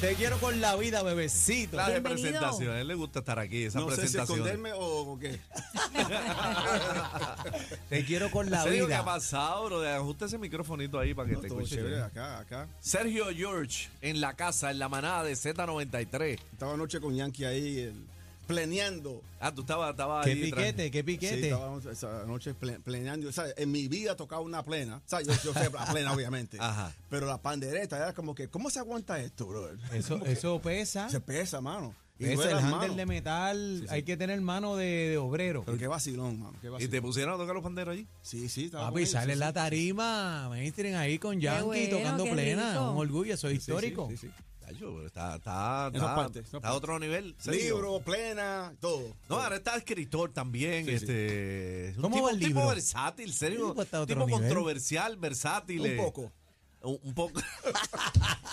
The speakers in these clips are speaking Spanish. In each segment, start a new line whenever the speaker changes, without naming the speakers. Te quiero con la vida, bebecito.
Clase de
Bienvenido.
presentación, a él le gusta estar aquí, esa
No sé si
presentación.
esconderme
o qué.
Te quiero con la
Sergio, ¿qué ha
vida.
pasado, bro? Ajusta ese microfonito ahí para que te
Todo
escuche.
chévere,
bien.
acá, acá.
Sergio George, en la casa, en la manada de Z93.
Estaba anoche con Yankee ahí el- planeando.
Ah, tú estabas, estabas
Qué
ahí tras-
piquete, qué
Sí,
piquete.
estábamos esa noche ple- planeando. O sea, en mi vida tocaba una plena. O sea, yo, yo sé la plena, obviamente.
Ajá.
Pero la pandereta era como que, ¿cómo se aguanta esto, brother?
Eso, eso pesa.
Se pesa, mano. Y
Pesa
duele
el
las
handle
manos.
de metal. Hay que tener mano de, de obrero.
Pero qué vacilón, mano. Qué
Y
vacilón.
te pusieron a tocar los panderos allí.
Sí, sí, estaba
Papi,
bueno, sí,
sale
sí.
la tarima, mainstream ahí con Yankee
bueno,
tocando
qué
plena.
rico.
Un orgullo, eso es histórico.
Sí, sí, sí, sí.
Tacho, pero Está, está,
Esa
está,
parte, esa
está a
parte.
otro nivel. Sergio.
Libro, plena, todo.
No, ahora está escritor también.
Sí, sí.
este, es un
¿Cómo
tipo,
va el
un tipo
libro?
versátil,
El
serio.
tipo está a
Un
otro
tipo
nivel.
controversial, versátil. eh.
Un poco.
Un, un poco.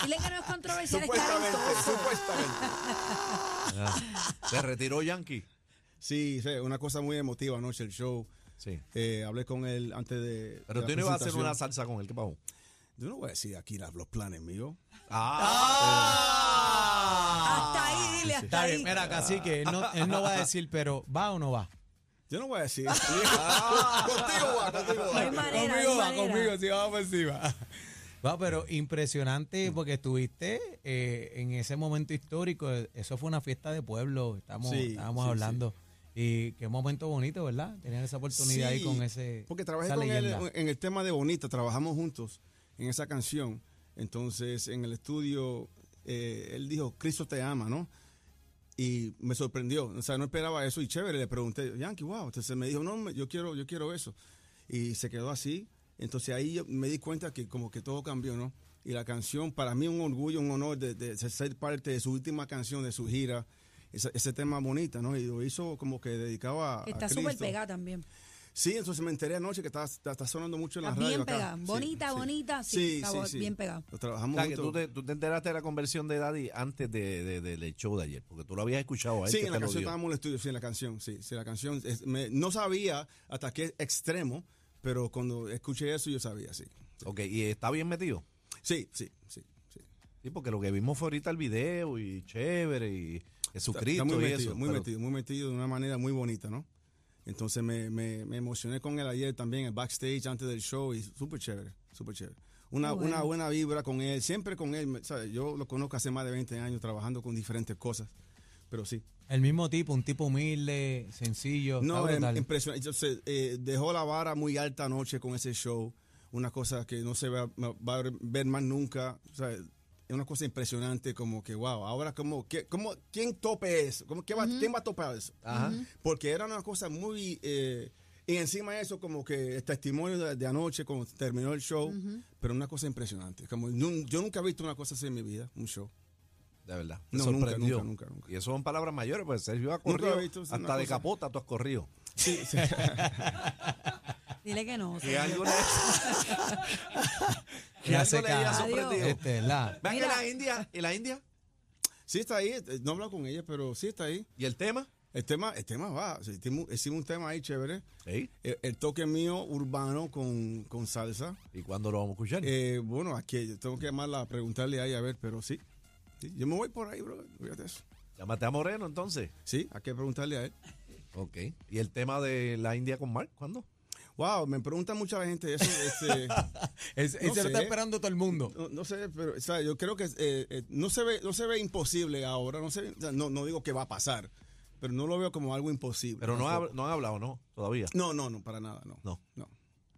Dile que no es controversial, es
Supuestamente,
talentoso.
supuestamente.
Se retiró Yankee.
Sí, sí, una cosa muy emotiva anoche el show.
Sí.
Eh, hablé con él antes de.
Pero
de
tú
la
no ibas a hacer
presentación.
una salsa con él, ¿qué pasó?
Yo no voy a decir aquí las- los planes míos. Ah.
Hasta
Ah.
ahí, dile, hasta
Está bien,
ahí.
mira, casi que él no, él no va a decir, pero ¿va o no va?
Yo no voy a decir. ah, contigo va, contigo
No hay
va.
manera, no hay manera.
sí, vamos por encima. Va, pero impresionante porque estuviste eh, en ese momento histórico. Eso fue una fiesta de pueblo, estamos,
Sí,
estábamos
sí,
hablando. Y qué momento bonito, ¿verdad? Tener esa oportunidad ahí
Sí,
con ese.
Porque trabajé
esa
con
leyenda.
él en el tema de Bonita, trabajamos juntos en esa canción. Entonces, en el estudio, eh, él dijo, Cristo te ama, ¿no? Y me sorprendió, o sea, no esperaba eso y chévere, le pregunté, Yankee, wow, entonces me dijo, no, me- yo quiero, yo quiero eso. Y se quedó así, entonces ahí yo me di cuenta que como que todo cambió, ¿no? Y la canción, para mí un orgullo, un honor de, de ser parte de su última canción, de su gira, ese, ese tema bonita, ¿no? Y lo hizo como que dedicado a... a
Está súper
Cristo.
pegada también.
Sí, entonces me enteré anoche que está, está, está sonando mucho en la
Está
radio.
bien
acá.
pegada.
Sí,
Bonita, bonita, sí, está bo- bien pegada.
Lo
O
trabajamos
sea, que tú
juntos.
te, tú te enteraste de la conversión de Daddy antes de, de- de- del show de ayer, porque tú lo habías escuchado a él
Sí,
que
en la
te lo
canción
dio.
estábamos en el estudio, sí, en la canción, sí, sí, la canción. es- me- no sabía hasta qué extremo, pero cuando escuché eso yo sabía, sí.
Ok, y está bien metido.
Sí, sí, sí. sí.
Sí, porque lo que vimos fue ahorita el video y chévere y
Está,
Jesucristo
está muy
y
metido,
eso.
muy
pero-
metido, muy metido de una manera muy bonita, ¿no? Entonces me, me, me emocioné con él ayer también, el backstage antes del show y súper chévere, súper chévere. Una,
Bueno.
una buena vibra con él, siempre con él. me- ¿sabes? Yo lo conozco hace más de 20 años trabajando con diferentes cosas, pero sí.
El mismo tipo, un tipo humilde, sencillo.
No,
está
em-
brutal.
impresionante. Entonces, eh, dejó la vara muy alta anoche con ese show. Una cosa que no se va, va a ver más nunca. O sea, es una cosa impresionante, como que, wow, ahora, como, que, como ¿quién tope eso? ¿Cómo, qué va, ¿Quién va a topar eso? Porque era una cosa muy. eh, y encima de eso, como que el testimonio de, de anoche, cuando terminó el show, pero una cosa impresionante. Como, nun- yo nunca he visto una cosa así en mi vida, un show.
De verdad. Te
No, nunca,
sorprendió.
nunca, nunca, nunca.
Y eso son palabras mayores, pues Sergio ha
lo he
corrido.
visto, es una
hasta de
cosa-
capota tú has corrido.
Sí, sí.
Dile que no.
Que
señor.
algo le, que
Ya
algo
se
le haya
cae.
sorprendido.
Este, ¿verdad?
Vean que
Mira.
la India, y la India,
sí está ahí. eh, No he hablado con ella, pero sí está ahí.
y el tema.
El tema, el tema va. Sí, hicimos, hicimos un tema ahí chévere.
Sí.
El, el toque mío urbano con, con salsa.
¿Y cuándo lo vamos a escuchar?
Eh, bueno, aquí yo tengo que llamarla a preguntarle ahí a ver, pero sí. Sí, yo me voy por ahí, bro. Fíjate eso.
Llámate a Moreno entonces.
Sí, hay que preguntarle a él.
Ok. ¿Y el tema de la India con Mark? ¿Cuándo?
Wow, me pregunta mucha gente eso. este,
Es-
No
se lo está
sé.
esperando todo el mundo.
no, no sé, pero o sea, yo creo que eh, eh, no, se ve, no se ve imposible ahora. No, se ve- o sea, no, no digo que va a pasar, pero no lo veo como algo imposible.
Pero no,
tampoco.
hab- no han hablado, ¿no? Todavía.
No, no, no, para nada, no.
No.
no.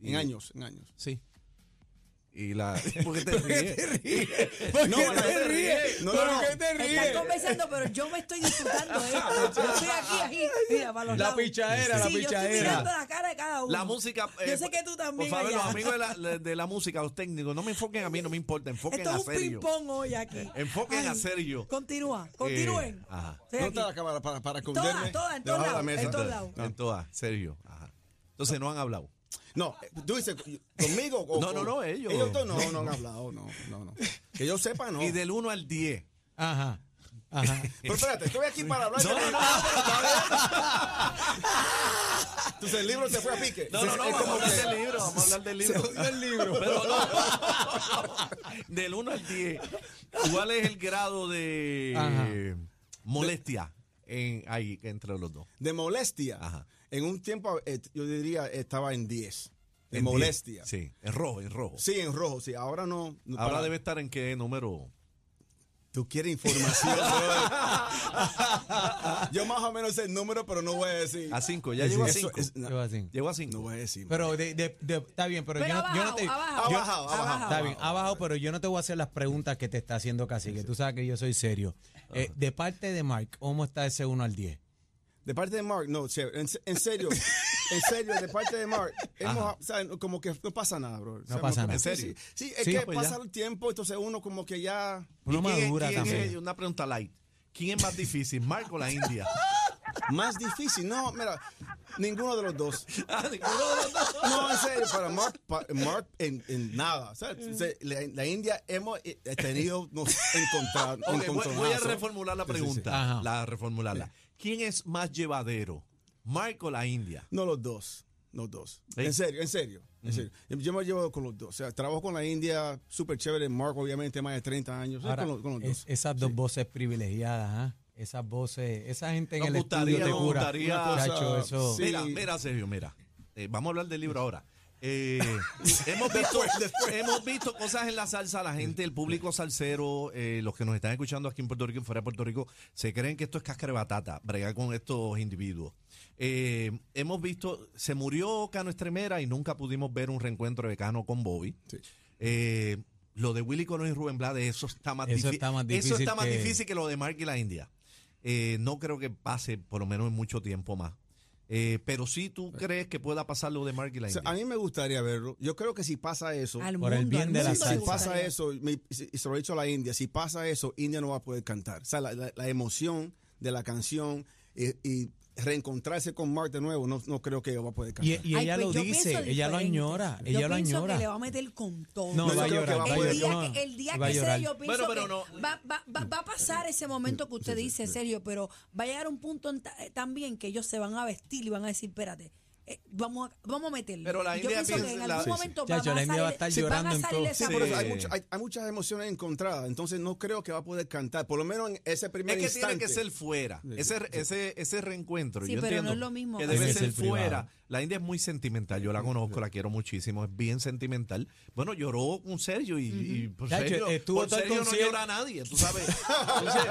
Y-
En años, en años.
Sí. Y la, ¿Por qué te ríes?
¿Por
No,
qué
no
te
te
ríes?
ríes. No,
¿Por
no, no.
qué te
Están
ríes?
conversando, pero yo me estoy disfrutando de esto. Yo estoy aquí, aquí. Mira, para los
La
lados.
pichadera, la
Sí, Yo estoy
pichadera.
mirando la cara de cada uno.
La música.
yo
eh,
sé que tú también.
Por favor,
allá.
los amigos de la, le- de la música, los técnicos, no me enfoquen a mí, no me importa, enfoquen
Esto
a
es un
Sergio.
ping-pong hoy aquí.
Enfoquen a Sergio.
Continúa, continúen.
ajá.
Estoy
¿Dónde
aquí.
está la cámara para, para
Toda,
esconderme?
toda, en
debajo
todos
de la
lados,
mesa?
en todos lados.
En todas, Sergio. Ajá. Entonces no han hablado.
No, tú dices, ¿conmigo? o-
No, no,
o-
no, ellos.
Ellos dos no, no han hablado, no, no, no. Que yo sepa, no.
Y del 1 al 10.
Ajá. Ajá.
Pero espérate, estoy aquí para hablar.
No,
de-
no, no.
Entonces el libro se fue a pique.
No, no, no,
Es
vamos a
como
hablar
que-
del libro, vamos a hablar del libro.
el libro.
Pero no. Del 1 al 10, ¿cuál es el grado de
Ajá.
molestia en, ahí entre los dos?
de molestia.
Ajá.
En un tiempo, eh, yo diría, estaba en 10. De
En 10.
molestia.
Sí, en rojo, en rojo.
Sí, en rojo, sí. Ahora no. no,
Ahora
para-
debe estar en qué número.
Tú quieres información. brother. yo más o menos sé el número, pero no voy a decir.
A 5, ya llegó a
Eso
5.
es- no,
Yo así.
Llegó a
no eh.
5.
voy a decir.
Pero de- de- de- está bien, pero,
Pero
yo,
ha
no, yo no
bajado,
te.
ha bajado.
Ha bajado, ha
Ha
bajado.
Está bien, abajo, pero yo no te voy a hacer las preguntas que te está haciendo Cacique. Tú sabes que yo soy serio. Eh, de parte de Mark, ¿cómo está ese 1 al 10?
De parte de Mark, no, chévere. En, en serio, en serio, de parte de Mark, hemos, o sea, como que no pasa nada, bro. O sea,
pasa nada.
como- ¿En serio? Sí, es
Sí,
que
pues
pasa
ya.
el tiempo, entonces uno como que ya...
Uno
¿Y quién es-
madura
quién es-
también.
una pregunta light. ¿Quién es más difícil, Marco o la India?
Más difícil, no, mira, ninguno de los dos.
Ah, ninguno de los dos.
No, en serio, para Mark, pa- Mark en, en nada. O sea, se- la, la India hemos eh, tenido, nos encontrado.
Ok, voy, voy a reformular la pregunta.
Ajá.
La reformularla. ¿Quién es más llevadero, Marco o la India?
No, los dos. Los dos.
¿Sí?
En serio, en serio. En serio. Yo- Yo me llevo con los dos. O sea, trabajo con la India, súper chévere. Mark, obviamente, más de 30 años.
Ahora,
con, los, con los
es-
dos.
esas dos voces privilegiadas, ¿ah? esas voces, esa gente en
Nos
el
gustaría,
estudio
nos
te cura.
gustaría-
Chacho,
Una cosa-
eso.
Sí.
Mira, mira, Sergio, mira. Eh, vamos a hablar del libro ahora. Eh, hemos, visto, hemos visto cosas en la salsa, la gente, el público salsero, eh, los que nos están escuchando aquí en Puerto Rico y fuera de Puerto Rico, se creen que esto es cáscara de batata, bregar con estos individuos. Eh, hemos visto, se murió Cano Estremera y nunca pudimos ver un reencuentro de Cano con Bobby.
Sí.
Eh, lo de Willy Colón y Rubén Blades, eso está más,
Eso
difí-
está más
Eso está
difícil
más
que-
difícil que lo de Mark y la India. Eh, no creo que pase, por lo menos en mucho tiempo más. Eh, pero sí tú crees que pueda pasar lo de Mark y la
O
India.
sea, a mí me gustaría verlo. Yo creo que si pasa eso,
Al
Por el
mundo,
bien
al
de la
si,
mundo le
si
salsa.
pasa
gustaría.
eso, me- si- se lo he dicho a la India, si pasa eso, India no va a poder cantar. O sea, la, la- la emoción de la canción eh, y reencontrarse con Mark de nuevo, no, no creo que va a poder
Y,
cantar.
y
Ay,
ella
pues
lo
yo
dice,
pienso
ella lo
diferente.
añora,
Yo
ella lo
pienso
añora.
que le va a meter con todo.
No,
Yo
va a
creo que
llorar.
va a
va a
poder.
el,
llorar.
día
No,
que, el día
va a
que sea,
llorar.
yo pienso
Bueno, pero
que
no.
va, va- va- va a pasar ese momento que usted dice, Sergio, pero va a llegar un punto en ta- eh, también que ellos se van a vestir y van a decir, espérate, eh, vamos, a, vamos a meterlo.
Pero la
yo
India
pienso que
piensa-
en
la-
algún
sí, sí.
momento
Chacho,
van,
la
a
India va a
salir,
estar
sí, van
llorando
a
en
salir
todo.
de esa
Sí, por eso hay,
Sí.
mucho- hay- hay muchas emociones encontradas, entonces no creo que va a poder cantar, por lo menos en ese
es
primer
que
instante.
tiene que ser fuera. Ese, ese, ese reencuentro.
Sí,
yo
pero no
entiendo
es lo mismo.
Que
Tiene
debe
que
ser
ser privado.
fuera. La India es muy sentimental. Yo la conozco, la quiero muchísimo. Es bien sentimental. Bueno, lloró con Sergio y, y por
Chacho,
Sergio,
estuvo
por
todo el
Sergio no
concierto.
llora a nadie. Tú sabes. Entonces,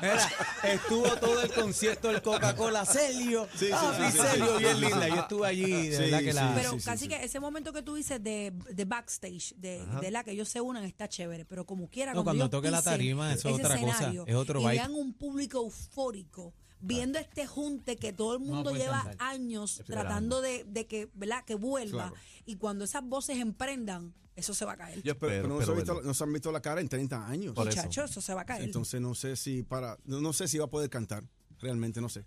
Mira, estuvo todo el concierto del Coca-Cola, Celio.
Sí, sí,
Ah,
sí,
mi
sí,
Celio,
sí,
bien
sí,
linda.
sí.
Yo estuve allí, de
Sí,
verdad que
sí,
la.
sí.
Pero casi que ese momento que tú dices de, de backstage, de, de la que ellos se unan, está chévere, pero como quiera.
No, cuando
ellos
toque la
pisen
tarima, eso es
ese
otra cosa,
escenario
es otro
y
vibe.
vean un público eufórico. Viendo este junte que todo el mundo
puede
lleva
pues, cantar.
años
Esperando.
tratando de, de que, ¿verdad? que vuelva.
Claro.
Y cuando esas voces emprendan, eso se va a caer.
yo espero.
Pero, pero no, se
pero
ha visto-
bueno.
no se han visto la cara en 30 años.
Por eso.
Muchachos, eso se va a caer.
Entonces no sé si para, no, no sé si va a poder cantar, realmente no sé.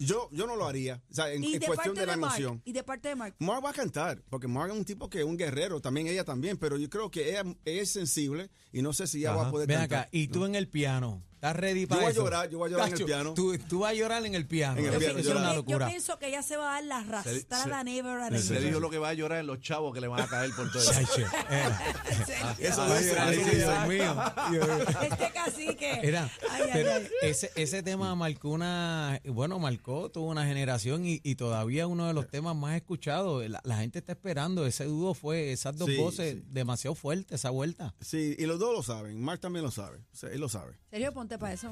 Yo, yo no lo haría, o sea, en,
y
en
de
cuestión
parte
de la
Mark,
emoción.
y de parte de Mark.
Mark va a cantar, porque Mark es un tipo que es un guerrero, también ella también, pero yo creo que ella es sensible y no sé si ella va
Ajá.
a poder
Ven
cantar.
acá, y tú en el piano, ¿estás ready para
voy a
eso?
llorar, yo voy a llorar en el
Chacho,
piano.
Tú, tú vas a llorar en el piano.
En el
Eso
pienso- piano,
es una
llorar.
yo
locura.
pienso que ella se va a dar la arrastrada
se-
never
En
and ever.
serio, lo que va a llorar es los chavos que le van a caer por todo eso.
Chacho, eh, era.
En serio.
Eso
Ay,
dice,
ay,
eso
Dios
dice.
mío. Dios.
Este cacique.
Era,
Ay, ay,
pero
ay.
Ese, ese tema marcó una, bueno, marcó toda una generación y, y todavía uno de los temas más escuchados. La, la gente está esperando, ese dúo fue, esas dos
Sí,
voces
sí.
demasiado fuerte esa vuelta.
Sí, y los dos lo saben, Mark también lo sabe, o sea, él lo sabe.
Sergio, ponte para eso.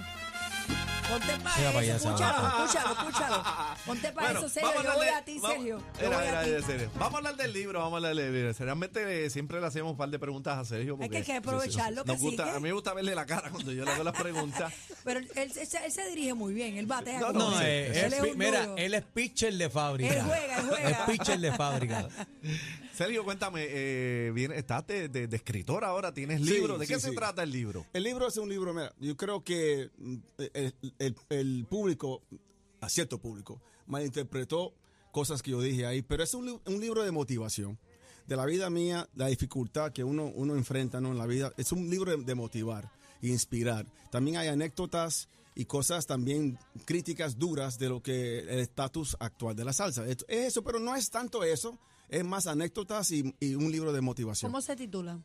Ponte
Mira
para
pa' allá,
eso, escúchalo,
Saba.
escúchalo, escúchalo. Ponte para
Bueno,
eso, Sergio.
vamos
Yo voy
hablar
a
de-
ti,
vamos-
Sergio. Yo
Era,
voy a
era,
ti.
era, Sergio. Vamos a hablar del libro, vamos a hablar del libro. Realmente eh, siempre le hacemos un par de preguntas a Sergio.
que
porque
hay que aprovecharlo,
Nos
cacique.
gusta, a mí me gusta verle la cara cuando yo le hago las preguntas.
Pero él, él se- él se dirige muy bien, él batea.
No,
como
No,
dice.
eh,
él
es
es
pi-
un
mira,
duro.
él es pitcher de fábrica.
Él juega, él juega.
Es pitcher de fábrica.
Sergio, cuéntame, eh, viene- estás de, de- de escritor ahora, tienes
Sí,
libro. ¿De
sí,
qué se
sí.
trata el libro?
El libro es un libro, mira, yo creo que mm, el, el- el público, a cierto público, malinterpretó cosas que yo dije ahí, pero es un, li- un libro de motivación. De la vida mía, la dificultad que uno, uno enfrenta ¿no? en la vida, es un libro de, de motivar e inspirar. También hay anécdotas y cosas también críticas duras de lo que el estatus actual de la salsa. Esto- Es eso, pero no es tanto eso, es más anécdotas y, y un libro de motivación.
¿Cómo se titula?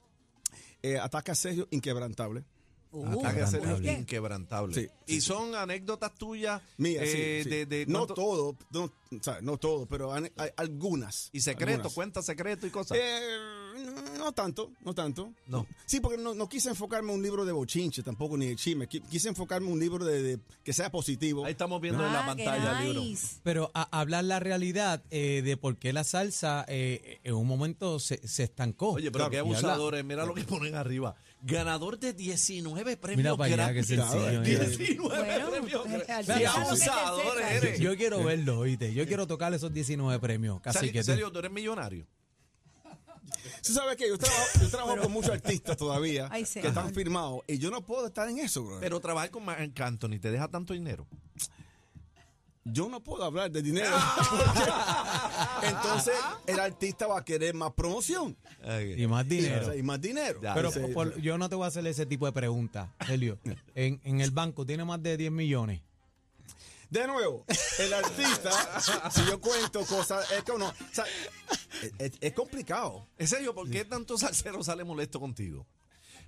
Eh, Ataca a Sergio Inquebrantable.
Uh,
Ataque a Sergio
¿por qué?
inquebrantable.
Sí,
y son anécdotas tuyas
Mira, sí,
eh,
sí.
de, de
no
cuánto-
todo, no, o sea, no todo, pero ane- hay algunas.
y secretos,
algunas.
cuentas secretos y cosas.
Eh, no tanto, no tanto.
No.
Sí, porque no, no quise enfocarme en un libro de bochinche tampoco, ni de chisme. Qui- Quise enfocarme en un libro de, de- que sea positivo.
Ahí estamos viendo en
Ah,
la
qué
pantalla el libro.
nice.
Pero a- hablar la realidad eh, de por qué la salsa eh, en un momento se, se estancó.
Oye, pero
Claro,
qué
y habla-
abusadores, mira lo que ponen arriba. Ganador de 19 premios
Mira para allá, que
Grammy.
sencillo. mira.
19
Bueno,
premios
eh, al
Grammy. Qué
final
es pues, lo que te
abusadores
seca.
Yo,
eres.
yo quiero verlo, oíste. Yo quiero tocar esos 19 premios. Casi
Sali-
que
serio, tú eres millonario.
¿Sí sabes que Yo trabajo, yo trabajo con muchos artistas todavía
Ay,
que
señor.
están firmados y yo no puedo estar en eso, bro.
Pero trabajar con Marc Anthony te deja tanto dinero.
yo no puedo hablar de dinero. Porque Entonces, el artista va a querer más promoción
Y más
Y,
dinero.
o sea, y más dinero.
Ya,
Pero
Sí,
por- por- yo no te voy a hacer ese tipo de preguntas, Helio. En, en el banco tiene más de 10 millones.
De nuevo, el artista, si yo cuento cosas, es que uno, o sea, es, es- es complicado.
En serio, ¿por qué tanto salsero sale molesto contigo?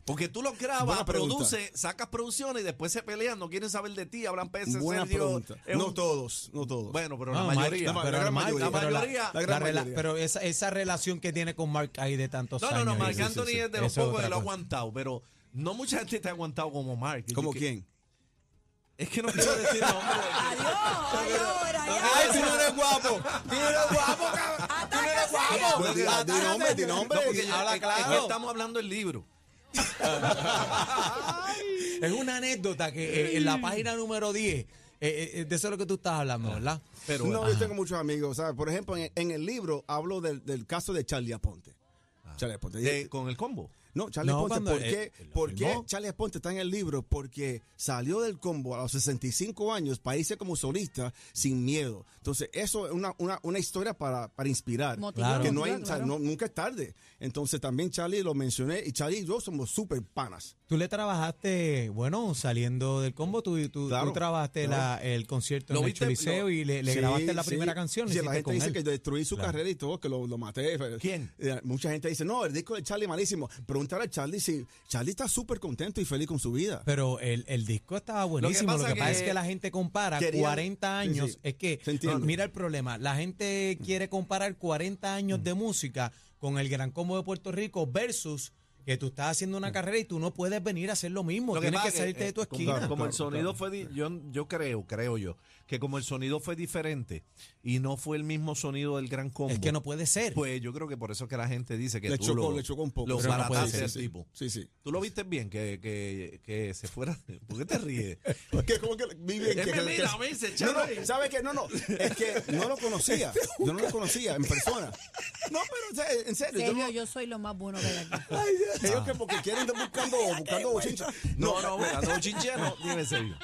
Porque tú lo grabas,
Buena pregunta.
produces, sacas producciones y después se pelean, no quieren saber de ti, hablan peces.
Buena
Sergio,
pregunta.
es
No
un-
todos, no todos.
Bueno, pero
No,
la
Mark-
mayoría.
no,
la
pero
gran
Mark-
mayoría.
no, pero la-
La
la
gran
rela-
mayoría.
Pero esa, esa relación que tiene con Mark ahí de tantos
No,
años.
no, no, Marc
Sí, sí,
Anthony
sí.
es de los
Eso es
pocos
otra
que lo ha
cosa.
aguantado, pero no mucha gente te ha aguantado como Mark.
¿Como
que-
quién?
Es que no quiero decir nombre.
Adiós, ahora,
¡Ay, tú no
ya.
eres guapo! ¡Tú no eres guapo, cabrón! ¡Tú no eres guapo!
Pues di-
Ah,
di
ah,
nombre,
di nombre.
No, porque yo-
Habla
es- es
claro.
que estamos hablando del libro.
Es una anécdota que eh, en la página número 10, eh, eh, de eso es lo que tú estás hablando, ¿verdad?
Pero
no,
bueno.
yo tengo muchos amigos, ¿sabes? Por ejemplo, en, en el libro hablo del, del caso de Charlie Aponte. Charlie Aponte.
Ah. De- con el combo.
No, Charlie
No,
Ponte,
cuando
¿por
él-
qué,
él lo
por qué
firmó.
Charlie Ponte está en el libro? Porque salió del combo a los 65 años para irse como solista sin miedo. Entonces, eso es una, una, una historia para, para inspirar.
Motivar,
Que no hay,
motivar,
o sea,
claro.
no- nunca es tarde. Entonces, también Charlie lo mencioné y Charlie y yo somos súper panas.
Tú le trabajaste, bueno, saliendo del combo, tú, tú- tú
Claro,
trabajaste la- el concierto
Lo
en el
viste,
Choliseo
lo-
y le, Eh, le
Sí,
grabaste la
sí.
primera canción. lo
Sí, la
hiciste
gente
con
dice
él.
que destruí su
Claro.
carrera y todo, que lo, lo maté. pero-
¿Quién?
Eh, mucha gente dice, no, el disco de Charlie malísimo. Pregúntale a Charlie si Charlie está súper contento y feliz con su vida.
Pero el, el disco estaba buenísimo. Lo que pasa,
pasa que-
es que la gente compara
Querían-
40 años.
Sí, sí.
Es que,
Se entiende.
mira el problema. La gente quiere comparar 40 años de música con el Gran Combo de Puerto Rico versus que tú estás haciendo una carrera y tú no puedes venir a hacer lo mismo.
Lo
Tienes
pasa
que,
es
salirte de tu
eh, como-
esquina.
Como, el
Claro,
sonido fue, di- yo, yo creo, creo yo, que como el sonido fue diferente y no fue el mismo sonido del gran combo.
Es que no puede ser.
Pues yo creo que por eso es que la gente dice que
le,
tú
chocó,
lo,
le chocó un poco.
lo
Pero no puede
barataste
ser.
al
sí,
tipo.
Sí, sí.
Tú lo viste bien, que, que, que se fuera. ¿Por qué te ríes?
que como que vive
Él
que,
me
que-
mira,
que-
me dice,
no,
"Chavo".
no, ¿sabes qué? No, no, es que no lo conocía, yo no lo conocía en persona. No, pero o sea, en serio, yo no-
Sergio, yo soy lo más bueno que hay aquí.
Ay, ellos que porque quieren estar buscando, buscando bochincha.
No, no, bueno, no, chinchero, dime serio.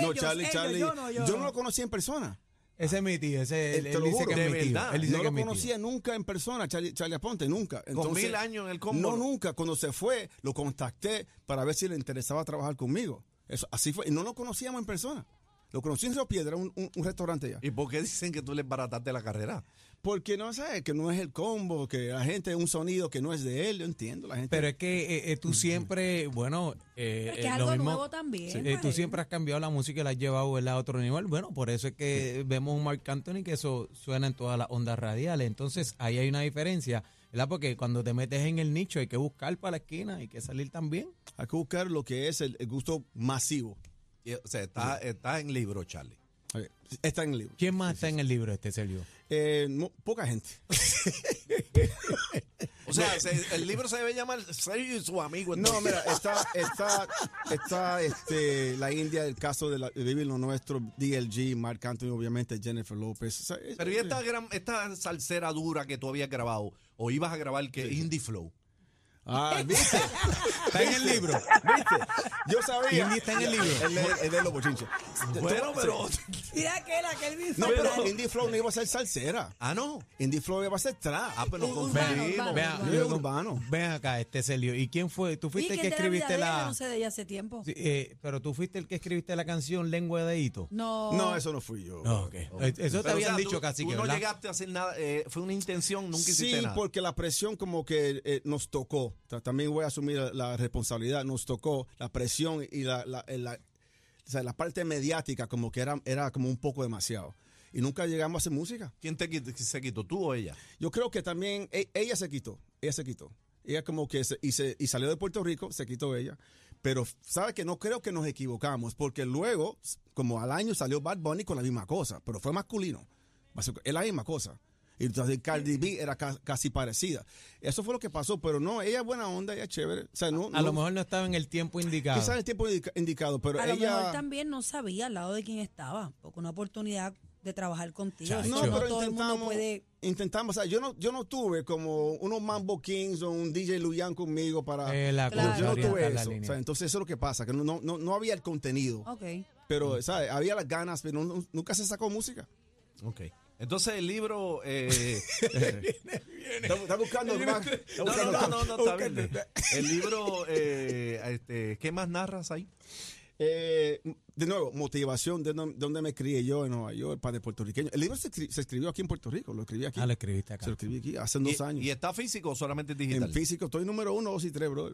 No,
Ellos,
Charlie,
ellos,
Charlie,
yo no, yo no.
lo conocía en persona.
Ese es mi tío. Ese,
Eh,
él,
te
él
lo
dice
juro.
que es
De
mi tío.
verdad.
Él dice
No
que
lo
es mi tío.
conocía nunca en persona, Charlie, Charlie Aponte, nunca. Entonces,
mil años en el combo,
No,
¿no?
nunca. Cuando se fue, lo contacté para ver si le interesaba trabajar conmigo. Eso, así fue. Y no lo conocíamos en persona. Lo conocí en Río Piedra, un, un- un restaurante ya.
¿Y por qué dicen que tú les barataste la carrera?
Porque no sé, que no es el combo, que la gente es un sonido que no es de él, yo entiendo la gente.
Pero es que eh, eh, tú siempre, bueno, eh,
Es que es
eh, lo
algo
mismo,
nuevo también, pues.
Sí. Eh, tú
Mael.
siempre has cambiado la música y la has llevado ¿verdad? a otro nivel. Bueno, por eso es que vemos un Mark Anthony que eso suena en todas las ondas radiales. Entonces ahí hay una diferencia, ¿verdad? Porque cuando te metes en el nicho hay que buscar para la esquina, hay que salir también.
hay que buscar lo que es el, el gusto masivo.
eh, o sea, está, está en libro, Charlie.
Ok, Está en el libro.
¿Quién más está en el libro este, Sergio?
Eh, no, poca gente.
O sea, se- el libro se debe llamar Sergio y su amigo.
No,
entonces.
mira, está, está, está este, la India, el caso de, la, de Vivir lo Nuestro, DLG, Mark Anthony, obviamente, Jennifer López. O sea, es-
Pero ¿y esta, gran- esta salsera dura que tú habías grabado? ¿O ibas a grabar que Indie Flow?
Ah, ¿viste? Está en el libro. ¿Viste? Yo sabía. Eh,
Indy está en el libro.
Él es- él es los bochinches.
Bueno, pero...
Mira aquel, aquel mismo.
No, pero Indie Flow no iba a ser salsera.
Ah, no.
Indie Flow iba a ser trap.
Ah, pero nos
Urbano,
confundimos.
urbano.
Vea,
Yo
yo-
urbano.
Ven acá, este Sergio. ¿Y quién fue? ¿Tú
¿Y
fuiste el que
quién de la vida
escribiste
de ella?
la...
No sé de ella hace tiempo.
Sí, eh, pero tú fuiste el que escribiste la canción Lengua de Hito.
No.
No, eso no fui yo.
No, ok. Eh, Eso te
Pero, o
habían
sea,
dicho
tú-
casi
tú
que,
no
¿verdad?
llegaste a hacer nada, eh, fue una intención, nunca hiciste
sí,
nada.
porque la presión como que eh, nos tocó. Ta- También voy a asumir la, la responsabilidad. Nos tocó la presión y la, la- eh, la- o sea, la parte mediática como que era, era como un poco demasiado. Y nunca llegamos a hacer música.
¿Quién te quit- se quitó, tú o ella?
Yo creo que también e- ella se quitó. Ella se quitó. Ella como que se- y, se- y salió de Puerto Rico, se quitó ella. Pero sabe que no creo que nos equivocamos, porque luego, s- como al año salió Bad Bunny con la misma cosa, pero fue masculino. Basi- Es la misma cosa. Y entonces Cardi B era ca- casi parecida. Eso fue lo que pasó, pero no, ella es buena onda, ella es chévere. O sea, no,
A
no-
lo mejor no estaba en el tiempo indicado.
quizás el tiempo indica- indicado, pero
a lo
ella...
mejor también no sabía al lado de quién estaba, porque una oportunidad de trabajar contigo.
Chacho.
No,
Yo-
pero
todo el mundo
intentamos,
puede.
intentamos, o sea, yo no, yo no tuve como unos Mambo Kings o un DJ Luyan conmigo para...
Eh, la
yo-
cosa,
yo, no tuve
orientar la
eso.
línea.
O sea, entonces eso es lo que pasa, que no, no, no- no había el contenido,
Ok.
pero ¿sabes? había las ganas, pero no- nunca se sacó música.
Ok. Entonces el libro... eh,
Está, está buscando el Mac.
no,
está
no,
buscando
no,
el
no,
Mac.
no, está bien. El libro, eh, este, ¿qué más narras ahí?
Eh, de nuevo, motivación de no- de donde me crié yo en Nueva York, padre puertorriqueño. El libro se, escri- se escribió aquí en Puerto Rico, lo escribí aquí.
Ah, lo escribiste acá.
se lo escribí aquí hace dos
¿Y-
años.
¿Y está físico o solamente digital?
En físico, estoy número uno, dos y tres, bro.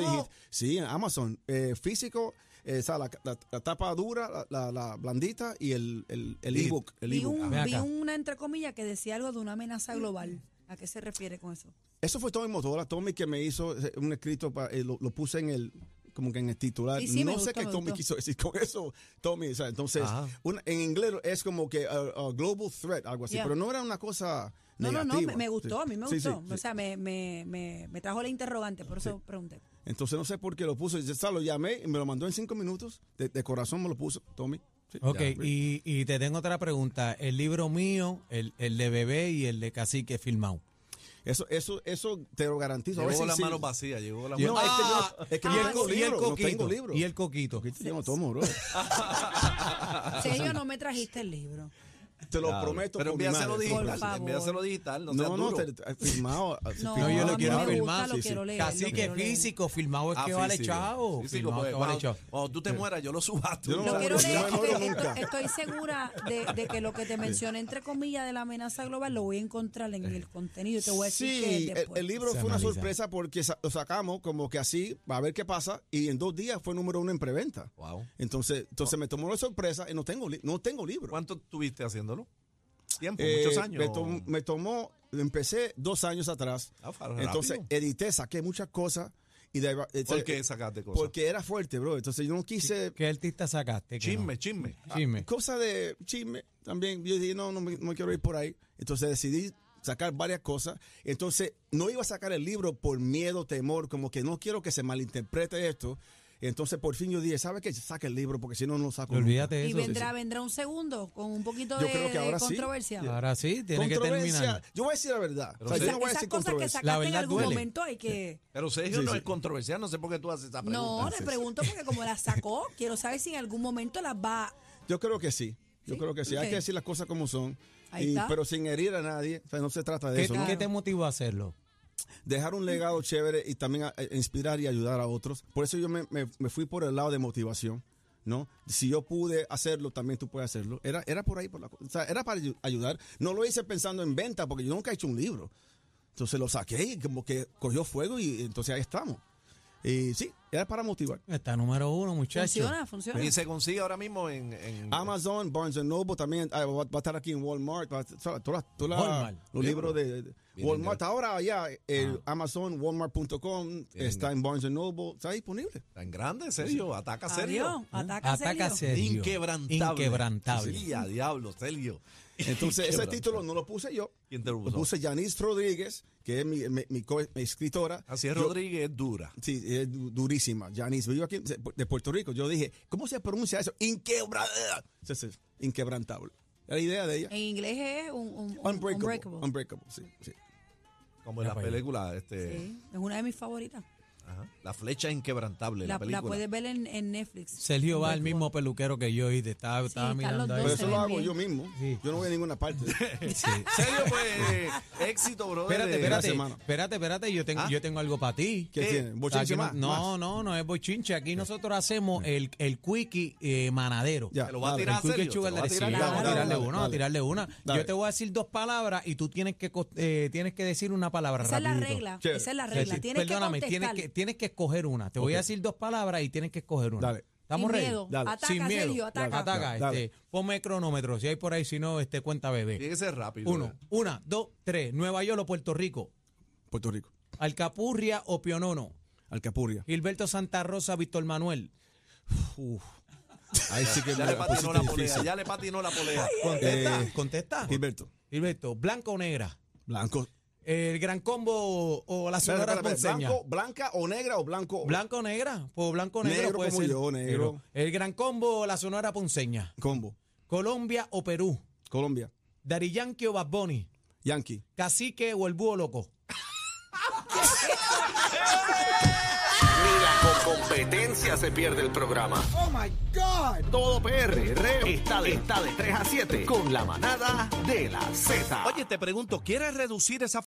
No.
digi- Sí, en Amazon. Eh, físico, eh, o sea, la, la- la tapa dura, la, la- la blandita y el el- el
Digi-
ebook. El
Vi,
ebook.
un-
Ven
vi
acá.
una entre comillas que decía algo de una amenaza global. ¿A qué se refiere con eso?
Eso fue Tommy Motola, Tommy que me hizo eh, un escrito, pa- eh, lo, lo puse en el como que en el titular.
Sí, sí,
no
me
sé
gustó,
qué
me
Tommy
gustó.
quiso decir con eso, Tommy. o sea, entonces,
Ajá.
una- en inglés es como que uh, uh, global threat, algo así,
Yeah.
pero no era una cosa
No, no,
negativa.
no, me, me gustó,
Sí.
a mí me
Sí,
gustó.
sí, sí.
O sea, me, me, me, me trajo la interrogante, por eso pregunté.
Entonces no sé por qué lo puso. Yo está, lo llamé y me lo mandó en cinco minutos. De, de corazón me lo puso, Tommy. Sí,
Ok,
ya.
y, y te tengo otra pregunta. El libro mío, el, el de bebé y el de cacique filmado.
Eso, eso, eso te lo garantizo. A
Llegó
veces
las
sí.
manos vacías, llegó la
Yo-
mano-
Ah, es que yo, es que no tengo
co- y el
libro, no
coquito.
tengo libro.
Y el coquito.
Coquito yo no tomo, bro. Ah.
Si yo no me trajiste el libro.
Te lo
Claro.
prometo.
Pero
por mi
envíaselo
madre.
Por
digital,
favor.
envíaselo digital, no seas
No, no,
duro.
te- te- firmado.
No,
firmado,
yo lo
a mí
quiero
me gusta,
firmar,
Lo
sí, sí.
quiero leer, lo
Cacique
quiero leer.
físico, filmado es
Ah,
que vale
físico.
chao.
Físico,
Filmado
porque
es que vale
cuando,
chao.
cuando tú te mueras, yo lo subasto.
Yo no
Lo
Claro,
quiero
no
leer.
me muero
estoy-
nunca.
Estoy, estoy segura de, de que lo que te mencioné, entre comillas, de la amenaza global, lo voy a encontrar en el contenido. y Te voy a decir
Eh. Sí,
que
el,
después.
el libro
Se
fue una
analiza.
sorpresa porque sa- lo sacamos como que así, a ver qué pasa, y en dos días fue número uno en preventa.
Wow.
Entonces, entonces me tomó la sorpresa y no tengo, li- no tengo libro.
¿Cuánto tuviste haciéndolo? Tiempo,
Eh,
muchos años.
Me, tom- me tomó, empecé dos años atrás.
Ah, fa- rápido.
Entonces eh, edité, saqué muchas cosas. Y de, este,
¿Por qué sacaste cosas?
Porque era fuerte, bro. Entonces yo no quise.
¿Qué artista sacaste? que
Chisme, chisme.
no? Chisme.
Ah, Cosa de chisme también. Yo dije, no, no me, no me quiero ir por ahí. Entonces decidí sacar varias cosas. Entonces no iba a sacar el libro por miedo, temor, como que no quiero que se malinterprete esto. Entonces por fin yo dije, ¿sabes qué? Saca el libro porque si no, no lo saco. nunca".
Olvídate
Y
eso.
vendrá, vendrá un segundo con un poquito
Yo
de,
creo que
de
ahora sí.
controversia.
Ahora sí, tiene que
Controversia.
terminar.
Yo voy a decir la verdad. O sea,
Pero
yo
Esa-
no voy a
esas
decir
cosas que
controversia.
La
sacaste en
verdad
algún
duele.
momento hay que.
Pero Sergio
Sí,
no
sí.
es controversial, no sé por qué tú haces esa pregunta.
No, le pregunto porque como las sacó, quiero saber si en algún momento las va.
Yo creo que sí. Yo
¿Sí?
creo que sí. Hay
Ok.
que decir las cosas como son.
Ahí
Y-
está.
pero sin herir a nadie. O sea, no se trata de
¿Qué,
eso,
qué
¿no?
te motivó a hacerlo?
Dejar un legado chévere y también a- eh, inspirar y ayudar a otros. Por eso yo me, me- me fui por el lado de motivación, ¿no? Si yo pude hacerlo, también tú puedes hacerlo. Era, era por ahí, por la, co- o sea, era para ayu- ayudar. No lo hice pensando en venta, porque yo nunca he hecho un libro. Entonces lo saqué y como que cogió fuego y entonces ahí estamos. Y sí, era para motivar.
Está número uno, muchachos.
Funciona, funciona.
Y se consigue ahora mismo en, en-
Ah, Amazon, Barnes Noble también ah, va, va a estar aquí en Walmart, va a estar- todas las- todas las-
Walmart.
los libros de, de-
Bien Ah.
Walmart. Ahora ya el Amazon, Walmart.com está en Barnes Noble, está disponible.
tan grande, Sergio. Ataca
Adiós, Ah.
Sergio.
ataca,
Ataca
serio.
serio.
Inquebrantable.
Inquebrantable.
Sí, a diablo, Sergio.
Entonces ese
Inquebrantable.
título no lo puse yo,
¿Quién te lo
lo
puso?
puse Janice Rodríguez, que es mi, mi- mi co- mi escritora.
Así Ah, es,
Yo-
Rodríguez es dura.
Sí, es du- durísima. Janice, vivo aquí de- de Puerto Rico. Yo dije, ¿cómo se pronuncia eso? Inquebrantable. Inquebrantable. Era la idea de ella.
En inglés es un, un- Eh, un-
Unbreakable.
unbreakable.
Unbreakable, sí. sí.
Como en la
Ya, pues.
película, este,
Sí, es una de mis favoritas.
ajá, La flecha inquebrantable, la,
La, la
película.
puedes ver en, en Netflix.
Sergio va el
Unbreakable.
mismo peluquero que yo y te estaba,
están
estaba
los
mirando ahí.
dos
Pero
se
eso lo
ven
hago
bien.
yo mismo.
Sí.
Yo no voy a ninguna parte.
Sergio, pues, éxito, bro.
Espérate, espérate,
semana.
espérate, espérate, yo tengo,
¿Ah?
yo tengo algo para ti.
¿Qué
Eh,
tiene?
O sea,
¿Bochinche
aquí
más?
no, no,
Más.
no, no es bochinche. Aquí nosotros hacemos el, el quickie eh, manadero.
Ya,
Te lo va a
dale.
El
tirar,
quickie
Sergio.
sugar
Te lo va a
daddy. Sí,
tirar.
vamos a
Dale,
tirarle
dale,
uno, vamos a
dale.
tirarle una.
Dale.
Yo te voy a decir dos palabras y tú tienes que co- eh, tienes que decir una palabra
Esa es la
rapidito.
regla.
Chévere.
Esa es la
Sí,
regla.
sí.
Tienes
Perdóname,
que
tienes
contestar.
que tienes que escoger una. Te voy a
Ok.
decir dos palabras y tienes que escoger una.
Dale.
¿Estamos
Sin
ready?
miedo.
Dale.
Ataca, Sergio, ataca.
Ataca,
Dale.
este, ponme cronómetro, si hay por ahí, si no, este cuenta bebé.
Tiene que ser rápido.
Uno, una, dos, tres. Nueva York o Puerto Rico.
Puerto Rico.
Alcapurria o Pionono.
Alcapurria.
Gilberto Santa Rosa, Víctor Manuel. Uf.
Ahí sí que
Ya
me
le
la
patinó
pusiste
la polea,
difícil.
ya le patinó la polea.
Contesta,
Eh,
contesta.
Gilberto.
Gilberto, blanca o negra.
Blanco.
El gran combo o la
Espera,
sonora
espera, espera.
ponceña.
Blanco, blanca o negra o blanco.
Blanca o negra. Pues blanco o negro,
Negro
puede
como
ser.
yo, negro.
El gran combo o la sonora ponceña.
Combo.
Colombia o Perú.
Colombia.
Dari Yankee o Bad Bunny.
Yankee.
Cacique o el búho loco.
Ni la co- competencia se pierde el programa. Oh my God. Todo PR está de, está de 3 a 7 con la manada de la Z.
Oye, te pregunto, ¿quieres reducir esa